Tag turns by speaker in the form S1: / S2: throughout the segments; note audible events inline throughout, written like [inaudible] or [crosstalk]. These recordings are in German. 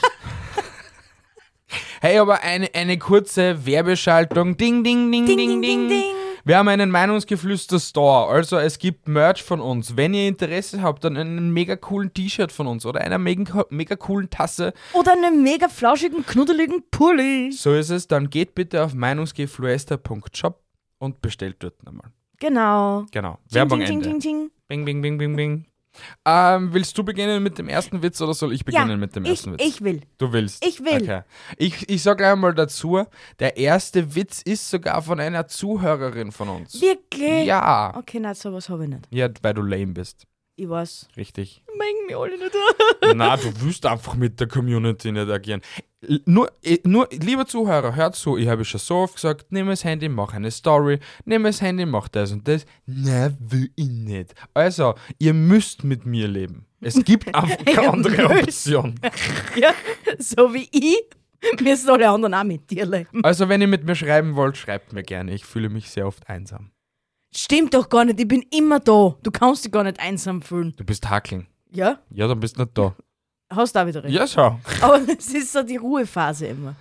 S1: hey, aber eine, eine kurze Werbeschaltung. Ding, ding, ding, ding, ding. ding, Wir haben einen Meinungsgeflüster-Store, also es gibt Merch von uns. Wenn ihr Interesse habt, dann einen mega coolen T-Shirt von uns oder einer mega, mega coolen Tasse,
S2: Oder einen mega flauschigen, knuddeligen Pulli.
S1: so ist es, dann geht bitte auf meinungsgeflüster.shop und bestellt dort einmal.
S2: Genau.
S1: Genau. Werbung
S2: Ting, ting,
S1: Ende.
S2: ting, ting, ting.
S1: Bing, bing, bing, bing, bing. Ähm, willst du beginnen mit dem ersten Witz oder soll ich beginnen
S2: Ja,
S1: mit dem
S2: ich,
S1: ersten Witz?
S2: ich will.
S1: du willst.
S2: ich will.
S1: Okay. Ich, ich sag gleich mal dazu, der erste Witz ist sogar von einer Zuhörerin von uns.
S2: Wirklich?
S1: Ja.
S2: Okay, na, sowas habe ich nicht.
S1: Ja, weil du lame bist.
S2: Ich weiß.
S1: Richtig.
S2: Mengen mir alle nicht.
S1: Na, du willst einfach mit der Community nicht agieren. L- Nur, eh, nur, lieber Zuhörer, hört zu, ich habe schon so oft gesagt, nimm das Handy, mach eine Story, nimm das Handy, mach das und das. Nein, will ich nicht. Also, ihr müsst mit mir leben. Es
S2: [laughs]
S1: gibt einfach keine
S2: Ihr
S1: andere
S2: müsst.
S1: Option.
S2: [laughs] Ja, so wie ich, müssen alle anderen auch mit dir leben.
S1: Also, wenn ihr mit mir schreiben wollt, schreibt mir gerne. Ich fühle mich sehr oft einsam.
S2: Stimmt doch gar nicht, ich bin immer da. Du kannst dich gar nicht einsam fühlen.
S1: Du bist Hackling.
S2: Ja,
S1: Ja, dann bist nicht da.
S2: hast du auch wieder recht.
S1: Ja, schau.
S2: Aber [laughs] es ist so die Ruhephase immer.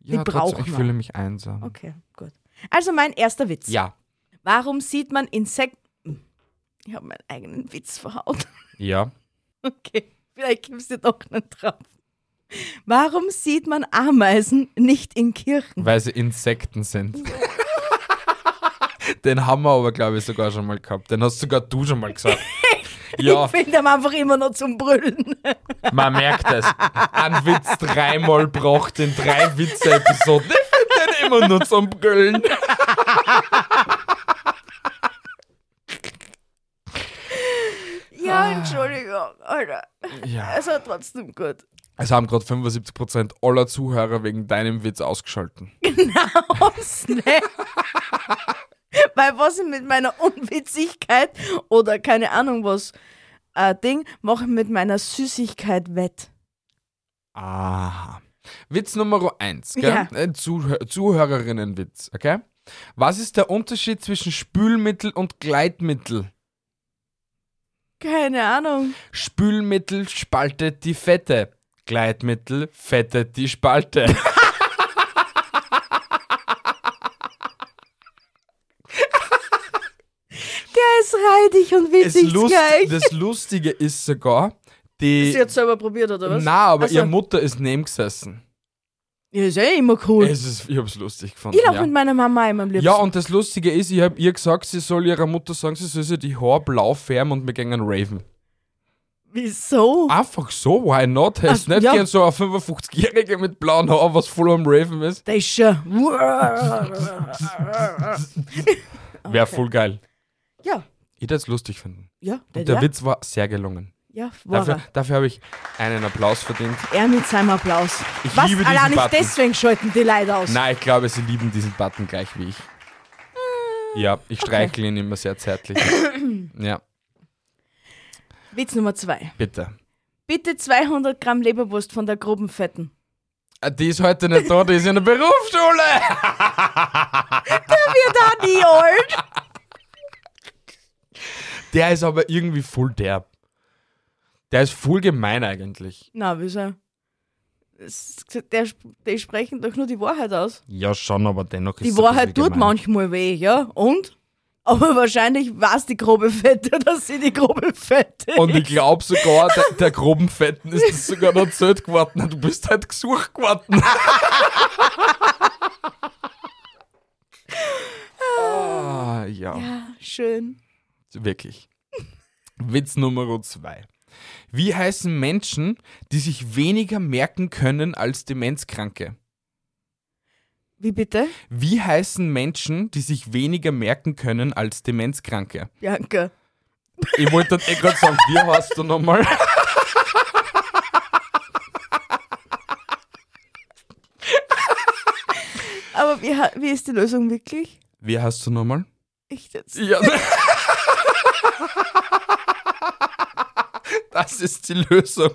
S1: Ja,
S2: braucht
S1: trotzdem, ich
S2: man.
S1: fühle mich einsam.
S2: Okay, gut. Also mein erster Witz.
S1: Ja.
S2: Warum sieht man Insekten... Hm, Ich habe meinen eigenen Witz verhaut. [laughs]
S1: Ja.
S2: Okay, vielleicht gibst du doch einen drauf. Warum sieht man Ameisen nicht in Kirchen?
S1: Weil sie Insekten sind. Den haben wir aber, glaube ich, sogar schon mal gehabt. Den hast sogar du schon mal
S2: [laughs]
S1: gesagt. Ja,
S2: Ich finde ihn einfach immer noch zum Brüllen.
S1: man merkt es. Ein Witz dreimal braucht in drei Witze-Episoden. Ich finde den immer nur zum Brüllen.
S2: Ja, Entschuldigung, Alter.
S1: Ja.
S2: Es war Also trotzdem gut. [laughs]
S1: Es haben gerade 75% aller Zuhörer wegen deinem Witz ausgeschalten.
S2: Haben's nicht. Genau, Weil was ich mit meiner Unwitzigkeit oder keine Ahnung was äh, Ding mache ich mit meiner Süßigkeit wett.
S1: Aha. Witz Nummer 1,
S2: Ja.
S1: gell? Ein Zuhör Zuhörerinnenwitz, okay? Was ist der Unterschied zwischen Spülmittel und Gleitmittel?
S2: Keine Ahnung.
S1: Spülmittel spaltet die Fette. Gleitmittel fettet die
S2: [laughs]
S1: Spalte.
S2: Geistreidig und
S1: Es
S2: witzig
S1: lust,
S2: gleich.
S1: das Lustige ist sogar,
S2: Sie
S1: die.
S2: hat selber probiert, oder was?
S1: Na, aber
S2: Also-
S1: ihre Mutter ist neben gesessen.
S2: Ja, ist eh immer cool.
S1: Es ist, ich hab's lustig gefunden.
S2: ich laufe
S1: ja.
S2: mit meiner Mama immer am liebsten.
S1: ja, und das Lustige ist, ich hab ihr gesagt, sie soll ihrer Mutter sagen, sie soll sich die Haare blau färben und wir gehen raven.
S2: Wieso?
S1: Einfach so, why not? Hast
S2: Ach,
S1: nicht
S2: ja.
S1: gern so ein 55-Jährige mit blauen Haaren, was voll am Raven ist?
S2: Das ist schon.
S1: Wär voll geil.
S2: Ja, [laughs]
S1: Ich hätte es lustig finden.
S2: ja,
S1: Und der
S2: ja.
S1: Witz war sehr gelungen.
S2: Ja, war
S1: Dafür,
S2: er.
S1: dafür habe ich einen Applaus verdient.
S2: Er mit seinem Applaus.
S1: Ich
S2: Was?
S1: liebe diesen
S2: Allein nicht
S1: Button.
S2: deswegen schalten die Leute aus.
S1: Nein, ich glaube, sie lieben diesen Button gleich wie ich.
S2: Hm,
S1: Ja, ich streichle ihn immer sehr zärtlich. ja,
S2: Witz Nummer zwei.
S1: bitte.
S2: Bitte 200 Gramm Leberwurst von der groben Fetten.
S1: Ah, Die ist heute nicht da, die ist in der Berufsschule.
S2: [laughs] Wir da nie alt.
S1: Der ist aber irgendwie voll derb. Der ist voll gemein eigentlich.
S2: Na, wieso? Es- Der, die sprechen doch nur die Wahrheit aus.
S1: Ja, schon, aber dennoch ist
S2: Die
S1: es ein
S2: Wahrheit
S1: bisschen
S2: tut
S1: gemein.
S2: manchmal weh, ja? Und? Aber wahrscheinlich war es die grobe Fette, [laughs] dass sie die grobe Fette.
S1: Und ich glaube sogar, der, der groben Fetten ist das sogar noch zählt geworden. Du bist halt gesucht geworden. ah, ja.
S2: Ja, schön.
S1: Wirklich. Witz Nummer zwei. Wie heißen Menschen, die sich weniger merken können als Demenzkranke?
S2: Wie bitte?
S1: Wie heißen Menschen, die sich weniger merken können als Demenzkranke?
S2: Bianca.
S1: Ich wollte eh gerade sagen, wie hast du nochmal?
S2: Aber wie, ha- wie ist die Lösung wirklich?
S1: Wie hast du nochmal?
S2: Ich jetzt.
S1: Ja. [laughs] Das ist die Lösung.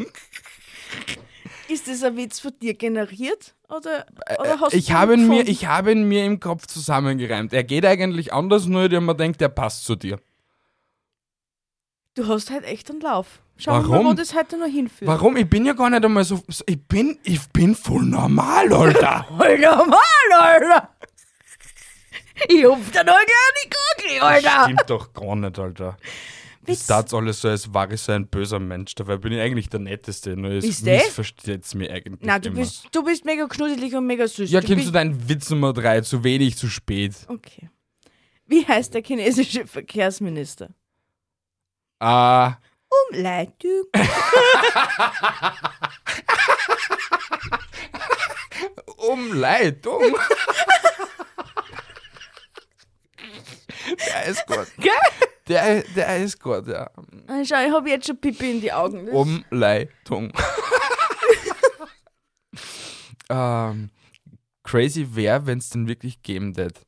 S2: Ist das ein Witz von dir generiert? Oder, oder hast
S1: Äh, Ich
S2: du
S1: habe, ihn mir,
S2: gefunden?
S1: ich habe ihn mir im Kopf zusammengereimt. Er geht eigentlich anders, nur der man denkt, der passt zu dir.
S2: Du hast halt echt einen Lauf. Schauen wir mal,
S1: Warum?
S2: wo das heute noch hinführt.
S1: Warum? Ich bin ja gar nicht einmal so. so- Ich bin, ich bin voll normal, Alter.
S2: [laughs] Alter, Mann, Alter! Ich hupf da noch gleich die Kugel, Alter!
S1: Stimmt doch gar nicht, Alter. Ich
S2: Witz.
S1: tat alles so, als war ich so ein böser Mensch. Dabei bin ich eigentlich der Netteste. Nur es
S2: Bist du eh?
S1: missversteht's mir eigentlich.
S2: Nein, du
S1: immer.
S2: bist, du bist mega knuddelig und mega süß.
S1: Ja,
S2: du
S1: Kim,
S2: bist,
S1: zu deinem Witz Nummer drei. Zu wenig, zu spät.
S2: Okay. Wie heißt der chinesische Verkehrsminister?
S1: Ah.
S2: Umleitung.
S1: Um Umleitung. der ist gut.
S2: [laughs] Gell?
S1: Der, der ist gut, ja.
S2: Ah, Schau, ich habe jetzt schon Pipi in die Augen. Das-
S1: Um- Umleitung. ähm, crazy wäre, wenn es den wirklich geben würde.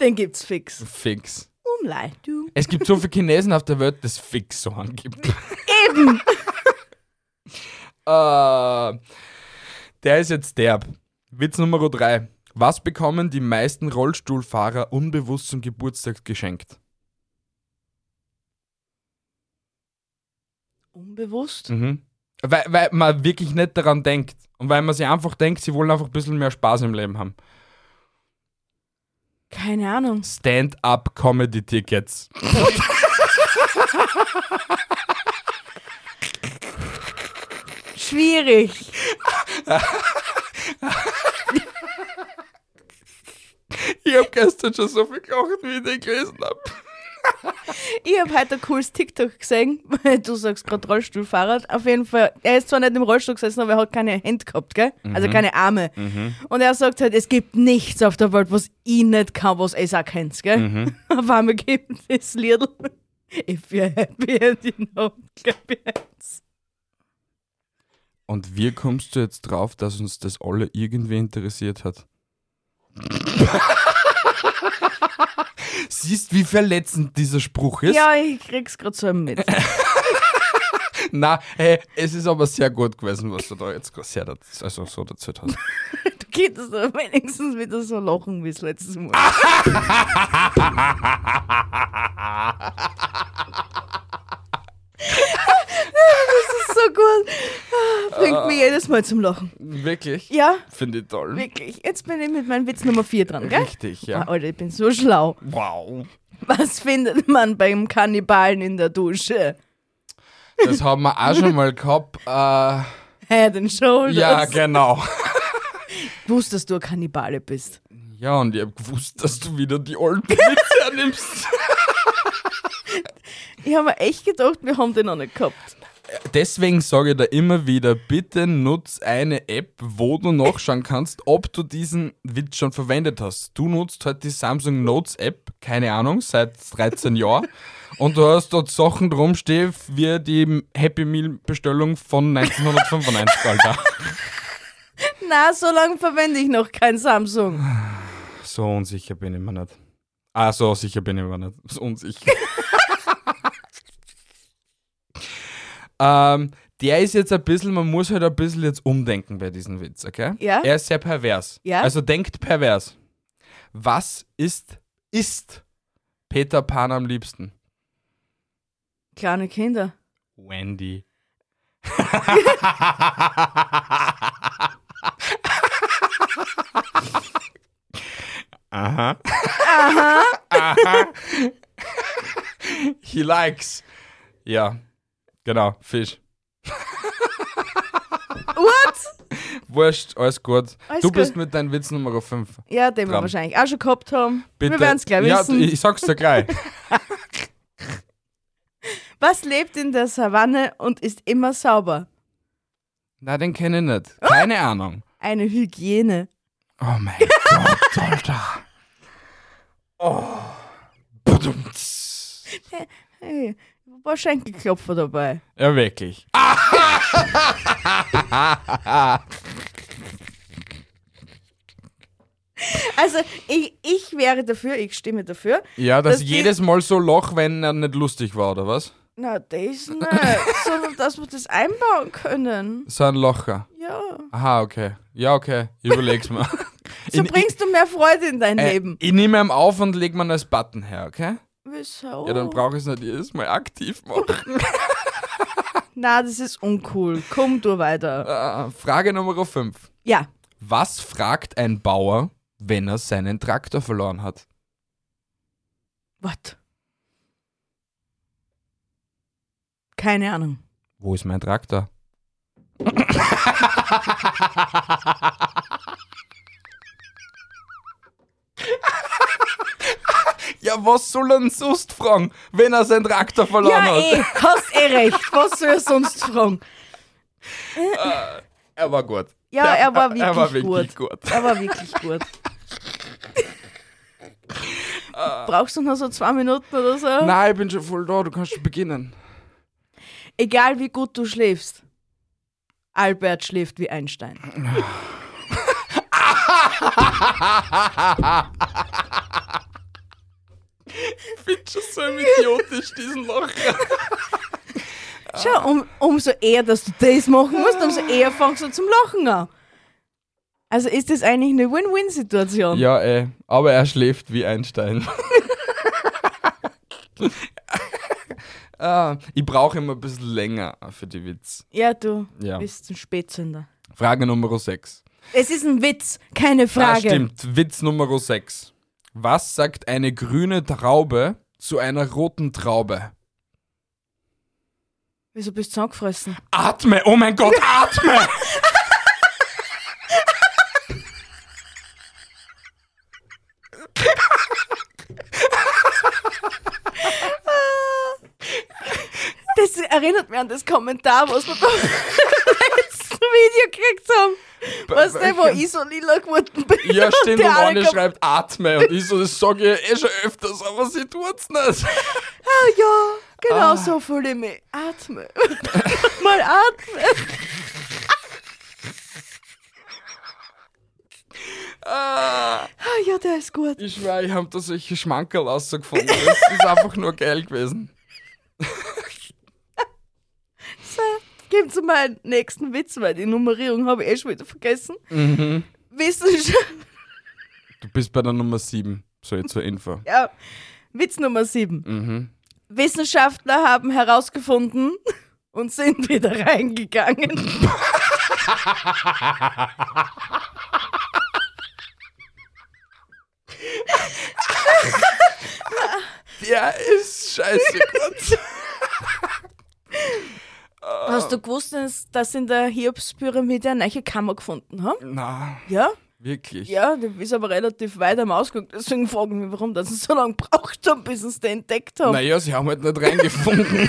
S2: Den gibt's fix.
S1: Fix.
S2: Umleitung.
S1: Es gibt so viele Chinesen auf der Welt, das fix so angibt.
S2: Eben!
S1: [laughs] Äh, der ist jetzt derb. Witz Nummer 3. Was bekommen die meisten Rollstuhlfahrer unbewusst zum Geburtstag geschenkt?
S2: Unbewusst?
S1: Mhm. Weil, weil man wirklich nicht daran denkt. Und weil man sich einfach denkt, sie wollen einfach ein bisschen mehr Spaß im Leben haben.
S2: Keine Ahnung.
S1: Stand-up-Comedy-Tickets.
S2: Schwierig.
S1: Ich habe gestern schon so viel gelacht, wie ich den gelesen habe.
S2: Ich habe heute ein cooles TikTok gesehen, [laughs] weil du sagst gerade Rollstuhlfahrer. Auf jeden Fall, er ist zwar nicht im Rollstuhl gesessen, aber er hat keine Hände gehabt, gell? Also keine Arme. Und er sagt halt, es gibt nichts auf der Welt, was ich nicht kann, was es auch kennt, gell? [laughs] Auf einmal gibt es Lidl. [laughs] If you're happy and you know, clap your hands.
S1: Und wie kommst du jetzt drauf, dass uns das alle irgendwie interessiert hat? Siehst, wie verletzend dieser Spruch ist?
S2: Ja, ich krieg's gerade so mit.
S1: Na, hey, es ist aber sehr gut gewesen, was du da jetzt gerade sehr daz- also so dazu hast.
S2: Du könntest aber wenigstens wieder so lachen wie das letzte Mal. das ist so gut. Ah, Bringt mich jedes Mal zum Lachen.
S1: Wirklich?
S2: Ja,
S1: Finde ich toll.
S2: wirklich. Jetzt bin ich mit meinem Witz Nummer 4 dran, gell?
S1: Richtig,
S2: Ah,
S1: ja.
S2: Alter, ich bin so schlau.
S1: Wow.
S2: Was findet man beim Kannibalen in der Dusche?
S1: Das haben wir auch schon mal gehabt. Äh,
S2: Head and Shoulders.
S1: ja, genau.
S2: Wusstest du, ein Kannibale bist?
S1: Ja, und ich hab gewusst, dass du wieder die alten Witze [laughs] hernimmst.
S2: Ich habe mir echt gedacht, wir haben den noch nicht gehabt.
S1: deswegen sage ich da immer wieder, bitte nutz eine App, wo du nachschauen kannst, ob du diesen Witz schon verwendet hast. Du nutzt halt die Samsung Notes App, keine Ahnung, seit 13 Jahren. Und du hast dort Sachen drumstehen, wie die Happy Meal Bestellung von 1995, Alter.
S2: Na, so lange verwende ich noch kein Samsung.
S1: So unsicher bin ich mir nicht. Ah, so sicher bin ich mir nicht. [laughs] So unsicher. ähm, der ist jetzt ein bisschen, man muss halt ein bisschen jetzt umdenken bei diesem Witz, okay?
S2: Ja.
S1: Er ist sehr pervers.
S2: Ja.
S1: Also denkt pervers. Was ist, ist Peter Pan am liebsten?
S2: Kleine Kinder.
S1: Wendy. Aha. Aha. He likes. Ja, genau, Fisch.
S2: What?
S1: Wurscht, alles gut.
S2: Alles
S1: du
S2: gut.
S1: bist mit deinem Witz Nummer 5.
S2: Ja, den wir
S1: Dran.
S2: wahrscheinlich auch schon gehabt haben.
S1: Bitte.
S2: Wir werden es gleich wissen.
S1: Ja, ich sag's dir gleich.
S2: Was lebt in der Savanne und ist immer sauber?
S1: Na, den kenne ich nicht.
S2: Oh.
S1: Keine Ahnung.
S2: Eine Hygiene.
S1: Oh mein Gott, Alter. Oh. Badumts.
S2: Hey, ein paar Schenkelklopfer dabei.
S1: Ja, wirklich.
S2: Ah, Also, ich, ich wäre dafür, ich stimme dafür.
S1: Ja, dass
S2: Das geht-
S1: jedes Mal so Loch, wenn er nicht lustig war, oder was? [laughs]
S2: Na, das nicht, sondern dass wir das einbauen können.
S1: So ein Locher.
S2: Ja.
S1: Aha, okay. Ja, okay. Ich überleg's
S2: [laughs]
S1: mir.
S2: So
S1: In-
S2: bringst du mehr Freude in dein
S1: Äh,
S2: Leben.
S1: Ich nehme ihn auf und leg mir als Button her, okay?
S2: Wieso?
S1: Ja, dann brauche ich es nicht jedes Mal aktiv
S2: [laughs]
S1: machen.
S2: Na, das ist uncool. Komm du weiter.
S1: Äh, Frage Nummer 5.
S2: Ja.
S1: Was fragt ein Bauer, wenn er seinen Traktor verloren hat?
S2: What? Keine Ahnung.
S1: Wo ist mein Traktor? ja, was soll er denn sonst fragen, wenn er seinen Traktor verloren
S2: Ja,
S1: hat?
S2: eh, hast eh recht. Was soll ich sonst fragen?
S1: Er war gut.
S2: Ja,
S1: Der-
S2: er war
S1: er war
S2: wirklich
S1: wirklich
S2: gut.
S1: gut.
S2: Er war wirklich gut. Brauchst du noch so zwei Minuten oder so?
S1: Nein, ich bin schon voll da, du kannst schon beginnen.
S2: Egal wie gut du schläfst. Albert schläft wie Einstein.
S1: Ich bin schon so idiotisch, diesen Locher.
S2: Schau, um, umso eher, dass du das machen musst, umso eher fangst du zum Lachen an. Also ist das eigentlich eine Win-Win-Situation.
S1: Ja, ey, aber er schläft wie Einstein. [laughs] ah, ich brauche immer ein bisschen länger für die Witz.
S2: Ja, du
S1: Ja.
S2: bist ein Spätzünder.
S1: Frage Nummer 6.
S2: Es ist ein Witz, keine
S1: Ah,
S2: Frage.
S1: stimmt. Witz Nummer 6. Was sagt eine grüne Traube zu einer roten Traube?
S2: Wieso bist du angefressen?
S1: Atme! Oh mein [laughs] Gott, atme!
S2: Das erinnert mich an das Kommentar, was wir da letzten Video gekriegt haben. Weißt du, wo ich so lila geworden bin?
S1: Ja, stimmt. Und
S2: der
S1: Anne
S2: Alex-
S1: schreibt atme. Und ich so, das sage ich eh schon öfters, aber sie tut's nicht.
S2: Ah, ja, genau
S1: Ah.
S2: so fühle ich mich. Atme. [laughs] Mal atme. Ah, ja, der ist gut.
S1: Ich schwöre, ich habe da solche Schmankerl rausgefunden. Das
S2: [laughs]
S1: ist einfach nur geil gewesen.
S2: So, gib zu meinen nächsten Witz, weil die Nummerierung habe ich eh schon wieder vergessen.
S1: Mhm.
S2: Wissenschaft,
S1: Du bist bei der Nummer 7. So, jetzt zur Info.
S2: ja, Witz Nummer 7. Wissenschaftler haben herausgefunden [laughs] und sind wieder reingegangen.
S1: Der ist
S2: [laughs]
S1: scheiße gut.
S2: [laughs] Hast du gewusst, dass- dass in der Hiobspyramide eine neue Kammer gefunden haben?
S1: Na,
S2: Ja?
S1: wirklich.
S2: Ja, die ist aber relativ weit am Ausgang, deswegen fragen wir, warum das so lange braucht haben, bis sie es entdeckt haben.
S1: Naja, sie haben halt nicht reingefunden.
S2: Ja,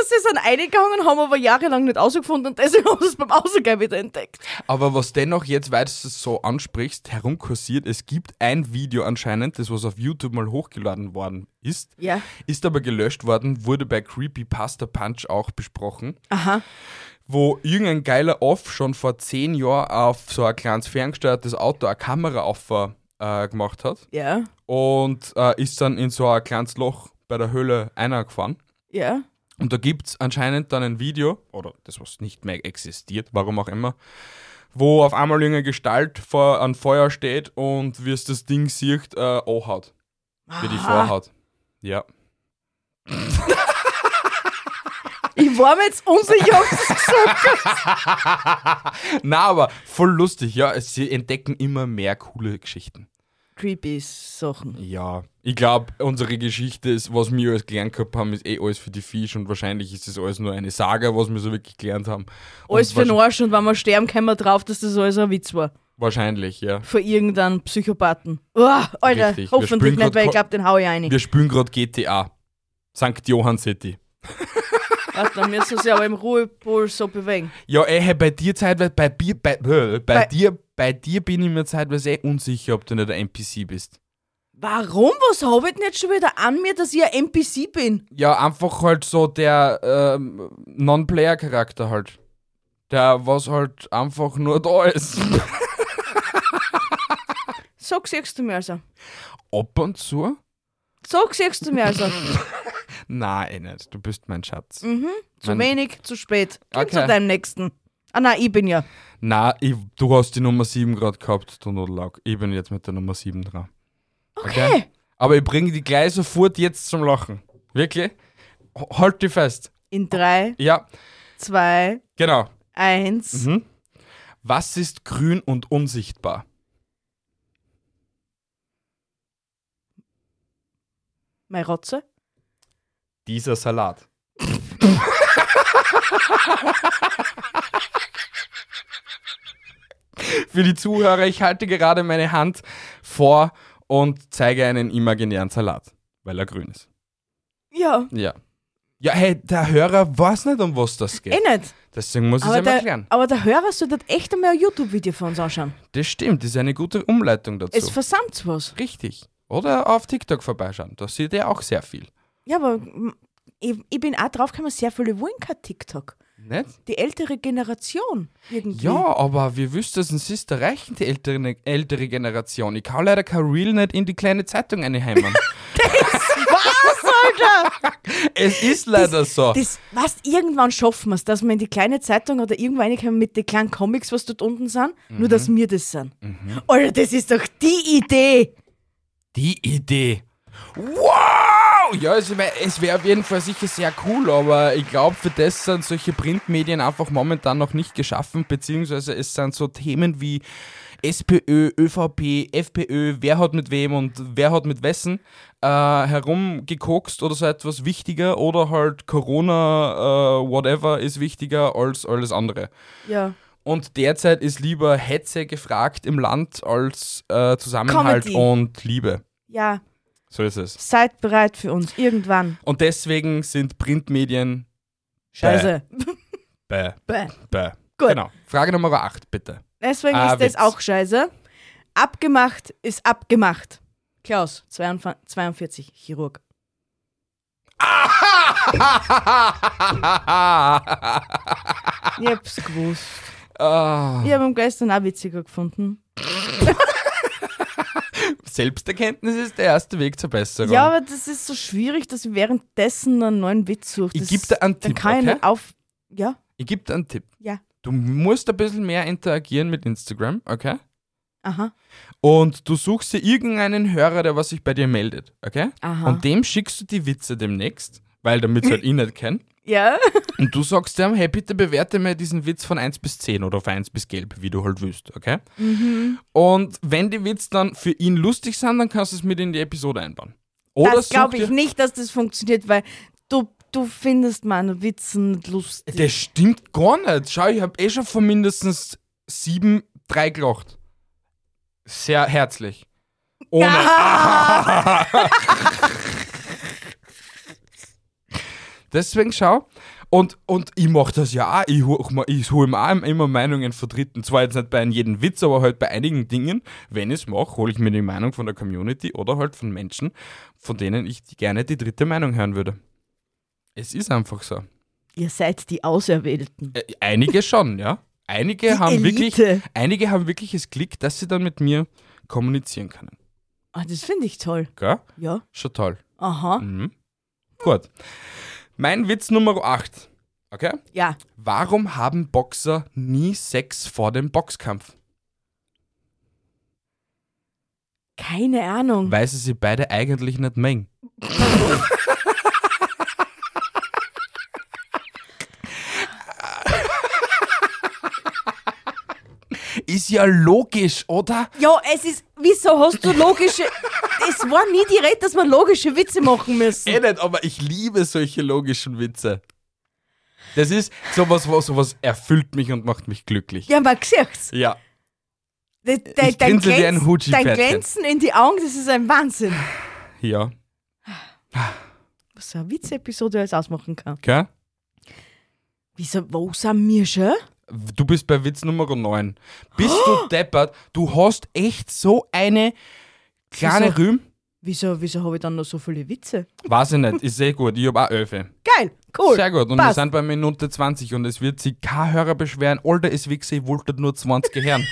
S2: das ist sind eingegangen, haben aber jahrelang nicht rausgefunden und deswegen [laughs] haben sie es beim Ausgang wieder entdeckt.
S1: Aber was dennoch jetzt, weil du es so ansprichst, herumkursiert, es gibt ein Video anscheinend, das was auf YouTube mal hochgeladen worden ist,
S2: Ja.
S1: ist aber gelöscht worden, wurde bei Creepypasta Punch auch besprochen,
S2: Aha.
S1: wo irgendein geiler Off schon vor zehn Jahren auf so ein kleines ferngesteuertes Auto eine Kamera auf äh, gemacht hat
S2: Ja.
S1: und äh, ist dann in so ein kleines Loch bei der Höhle einer gefahren.
S2: Ja.
S1: Und da gibt es anscheinend dann ein Video, oder das, was nicht mehr existiert, warum auch immer, wo auf einmal irgendeine Gestalt vor an Feuer steht und wie es das Ding sieht, äh, anhaut. Wie die Vorhaut. Ja. [laughs]
S2: Ich war mir jetzt unsicher, [laughs] ob das gesagt
S1: Na, aber voll lustig, ja. es- Sie entdecken immer mehr coole Geschichten.
S2: Creepy Sachen.
S1: Ja. Ich glaube, unsere Geschichte ist, was wir alles gelernt gehabt haben, ist eh alles für die Fisch und wahrscheinlich ist das alles nur eine Saga, was wir so wirklich gelernt haben. Und
S2: Alles für den
S1: wahrsch-
S2: Arsch und wenn wir sterben, kommen wir drauf, dass das alles ein Witz war.
S1: Wahrscheinlich, ja.
S2: Von irgendeinem Psychopathen. Uah, Alter,
S1: Richtig. Wir
S2: hoffentlich
S1: spülen
S2: nicht,
S1: grad
S2: weil ich
S1: Ko-
S2: glaube, den hau ich rein.
S1: Wir spielen gerade GTA. St. Johann City.
S2: Warte, dann müssen sie aber im Ruhepol so bewegen.
S1: Ja, eh, hey, bei dir zeitweise, bei, Bier, bei, äh, bei,
S2: Bei-
S1: bei dir, bei dir bin ich mir zeitweise eh unsicher, ob du nicht ein NPC bist.
S2: Warum? Was habe ich denn jetzt schon wieder an mir, dass ich ein NPC bin?
S1: Ja, einfach halt so der ähm, Non-Player-Charakter halt. Der, was halt einfach nur da ist. [laughs]
S2: So siehst du mir also.
S1: Ab und zu?
S2: So siehst du mir
S1: [laughs]
S2: also.
S1: Nein, eh nicht. Du bist mein Schatz.
S2: zu
S1: Mein-
S2: wenig, zu spät. Geh
S1: Okay.
S2: zu deinem Nächsten. Ah nein, ich bin ja.
S1: Nein, ich, du hast die Nummer 7 gerade gehabt, du Notlaug. Ich bin jetzt mit der Nummer 7 dran.
S2: Okay.
S1: Aber ich bringe die gleich sofort jetzt zum Lachen. Wirklich? H- Halt die fest.
S2: In 3,
S1: Ja,
S2: 2,
S1: genau.
S2: 1.
S1: Mhm. Was ist grün und unsichtbar?
S2: Meine Rotze.
S1: Dieser Salat. [laughs] Für die Zuhörer, ich halte gerade meine Hand vor und zeige einen imaginären Salat, weil er grün ist.
S2: Ja.
S1: Ja. Ja, hey, der Hörer weiß nicht, um was das
S2: Eh
S1: geht.
S2: nicht.
S1: Deswegen muss ich es
S2: Aber
S1: ihm
S2: der,
S1: erklären.
S2: aber der Hörer sollte echt einmal ein YouTube-Video von uns anschauen.
S1: Das stimmt, das ist eine gute Umleitung dazu.
S2: Es versammelt was.
S1: Richtig. Oder auf TikTok vorbeischauen, da seht ihr auch sehr viel.
S2: Ja, aber mm, ich, ich bin auch drauf gekommen, sehr viele wollen kein TikTok.
S1: Nicht?
S2: Die ältere Generation irgendwie.
S1: Ja, aber wir wüssten, es ist der reichen die ältere, ältere Generation. Ich kann leider kein Real nicht in die kleine Zeitung einheimen.
S2: [laughs] Alter!
S1: [laughs] es ist leider so.
S2: Das, was, irgendwann schaffen wir es, dass wir in die kleine Zeitung oder irgendwo reinkommen mit den kleinen Comics, was dort unten sind,
S1: Mhm.
S2: nur dass wir das sind. Alter, das ist doch die Idee!
S1: die Idee. Wow! Ja, es wäre es wär auf jeden Fall sicher sehr cool, aber ich glaube, für das sind solche Printmedien einfach momentan noch nicht geschaffen, beziehungsweise es sind so Themen wie SPÖ, ÖVP, FPÖ, wer hat mit wem und wer hat mit wessen äh, herumgekokst oder so etwas wichtiger oder halt Corona, äh, whatever, ist wichtiger als alles andere.
S2: Ja.
S1: Und derzeit ist lieber Hetze gefragt im Land als äh, Zusammenhalt
S2: Comedy.
S1: und Liebe.
S2: Ja,
S1: So ist es.
S2: seid bereit für uns. Irgendwann.
S1: Und deswegen sind Printmedien
S2: Scheiße.
S1: bäh,
S2: Bäh.
S1: bäh.
S2: Gut.
S1: Genau. Frage Nummer 8, bitte.
S2: [laughs] Deswegen
S1: Ah,
S2: ist das
S1: Witz.
S2: auch scheiße. Abgemacht ist abgemacht. Klaus, 42, Chirurg.
S1: Ah.
S2: Ich hab's gewusst.
S1: Ah,
S2: Ich hab ihn gestern auch witziger gefunden.
S1: Selbsterkenntnis ist der erste Weg zur Besserung.
S2: Ja, aber das ist so schwierig, dass ich währenddessen einen neuen Witz suche.
S1: Ich
S2: Das-
S1: geb dir einen
S2: dann
S1: Tipp,
S2: kann ich
S1: okay?
S2: nicht auf. Ja,
S1: ich gebe dir einen Tipp.
S2: ja.
S1: Du musst ein bisschen mehr interagieren mit Instagram, okay?
S2: Aha.
S1: Und du suchst dir irgendeinen Hörer, der was sich bei dir meldet, okay?
S2: Aha.
S1: Und dem schickst du die Witze demnächst, weil damit
S2: [laughs]
S1: halt ihn nicht kennen.
S2: Ja. [laughs]
S1: Und du sagst dem, hey, bitte bewerte mir diesen Witz von 1 bis 10 oder von 1 bis gelb, wie du halt willst, okay?
S2: Mhm.
S1: Und wenn die Witze dann für ihn lustig sind, dann kannst du es mit in die Episode einbauen. Oder
S2: das glaube
S1: such
S2: ich
S1: dir-
S2: nicht, dass das funktioniert, weil du, du findest meine Witze nicht lustig.
S1: Das stimmt gar nicht. Schau, ich habe eh schon von mindestens 7, 3 gelacht. Sehr herzlich. Ohne.
S2: Ah!
S1: Deswegen schau. Und, und ich mache das ja auch. Ich, hol- ich hole mir auch immer Meinungen von Dritten. Zwar jetzt nicht bei jedem Witz, aber halt bei einigen Dingen. Wenn ich es mache, hole ich mir die Meinung von der Community oder halt von Menschen, von denen ich die- gerne die dritte Meinung hören würde. Es ist einfach so.
S2: Ihr seid die Auserwählten.
S1: Äh, Einige schon, ja. Einige haben wirklich,
S2: Elite.
S1: einige haben wirklich das Glück, dass sie dann mit mir kommunizieren können.
S2: Ah, das finde ich toll.
S1: Gell?
S2: Ja.
S1: Schon toll.
S2: Aha.
S1: Mhm. Gut. Mein Witz Nummer 8. Okay?
S2: Ja.
S1: Warum haben Boxer nie Sex vor dem Boxkampf?
S2: Keine Ahnung.
S1: Weil sie sie beide eigentlich nicht mengen. [laughs] Ist ja logisch, oder?
S2: Ja, es ist, wieso hast
S1: [laughs]
S2: du logische. es war nie die Rede, dass wir logische Witze machen
S1: eh
S2: müssen.
S1: nicht, aber ich liebe solche logischen Witze. Das ist sowas, was sowas erfüllt mich und macht mich glücklich.
S2: Ja, man siehts.
S1: Ja.
S2: De, de,
S1: Äh, Ich grinse wie ein
S2: Glänz- Äh, dein
S1: Hutschi-Pferdchen.
S2: Glänzen in die Augen, das ist ein Wahnsinn.
S1: Ja.
S2: Was so eine Witzepisode alles ausmachen kann.
S1: Okay?
S2: Wieso, wo sind wir schon?
S1: Du bist bei Witz Nummer 9. Bist
S2: [gasps]
S1: du deppert? Du hast echt so eine kleine
S2: Wieso?
S1: Rühm.
S2: Wieso, wieso habe ich dann noch so viele Witze?
S1: Weiß ich nicht, ist sehr gut. Ich habe auch Öfe.
S2: Geil, cool.
S1: Sehr gut. Und
S2: passt.
S1: wir sind bei Minute 20 und es wird sich kein Hörer beschweren. Alter, ist wie ich wollte nur 20
S2: [laughs]
S1: hören.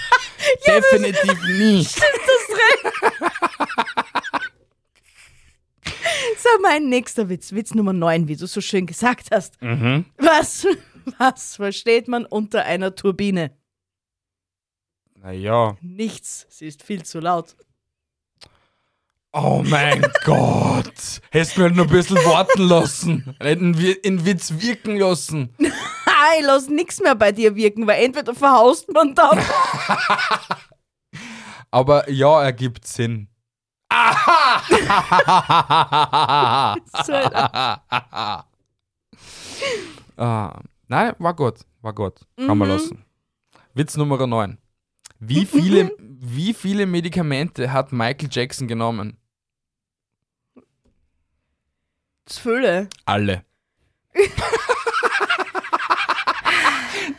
S1: Definitiv nie.
S2: So, mein nächster Witz, Witz Nummer 9, wie du so schön gesagt hast.
S1: Mhm.
S2: Was, was versteht man unter einer Turbine?
S1: Naja.
S2: Nichts, sie ist viel zu laut.
S1: Oh mein Gott. Hättest mir halt nur ein bisschen warten lassen. Hätten wir in Witz wirken lassen.
S2: Ha, ich lass nichts mehr bei dir wirken, weil entweder verhaust man dann.
S1: Aber ja, ergibt Sinn.
S2: [laughs]
S1: Aha!
S2: so ein-
S1: [laughs] Ah, nein, war gut, war gut. Kann man lassen. Witz Nummer 9. Wie viele, wie viele Medikamente hat Michael Jackson genommen?
S2: Zfülle.
S1: Alle.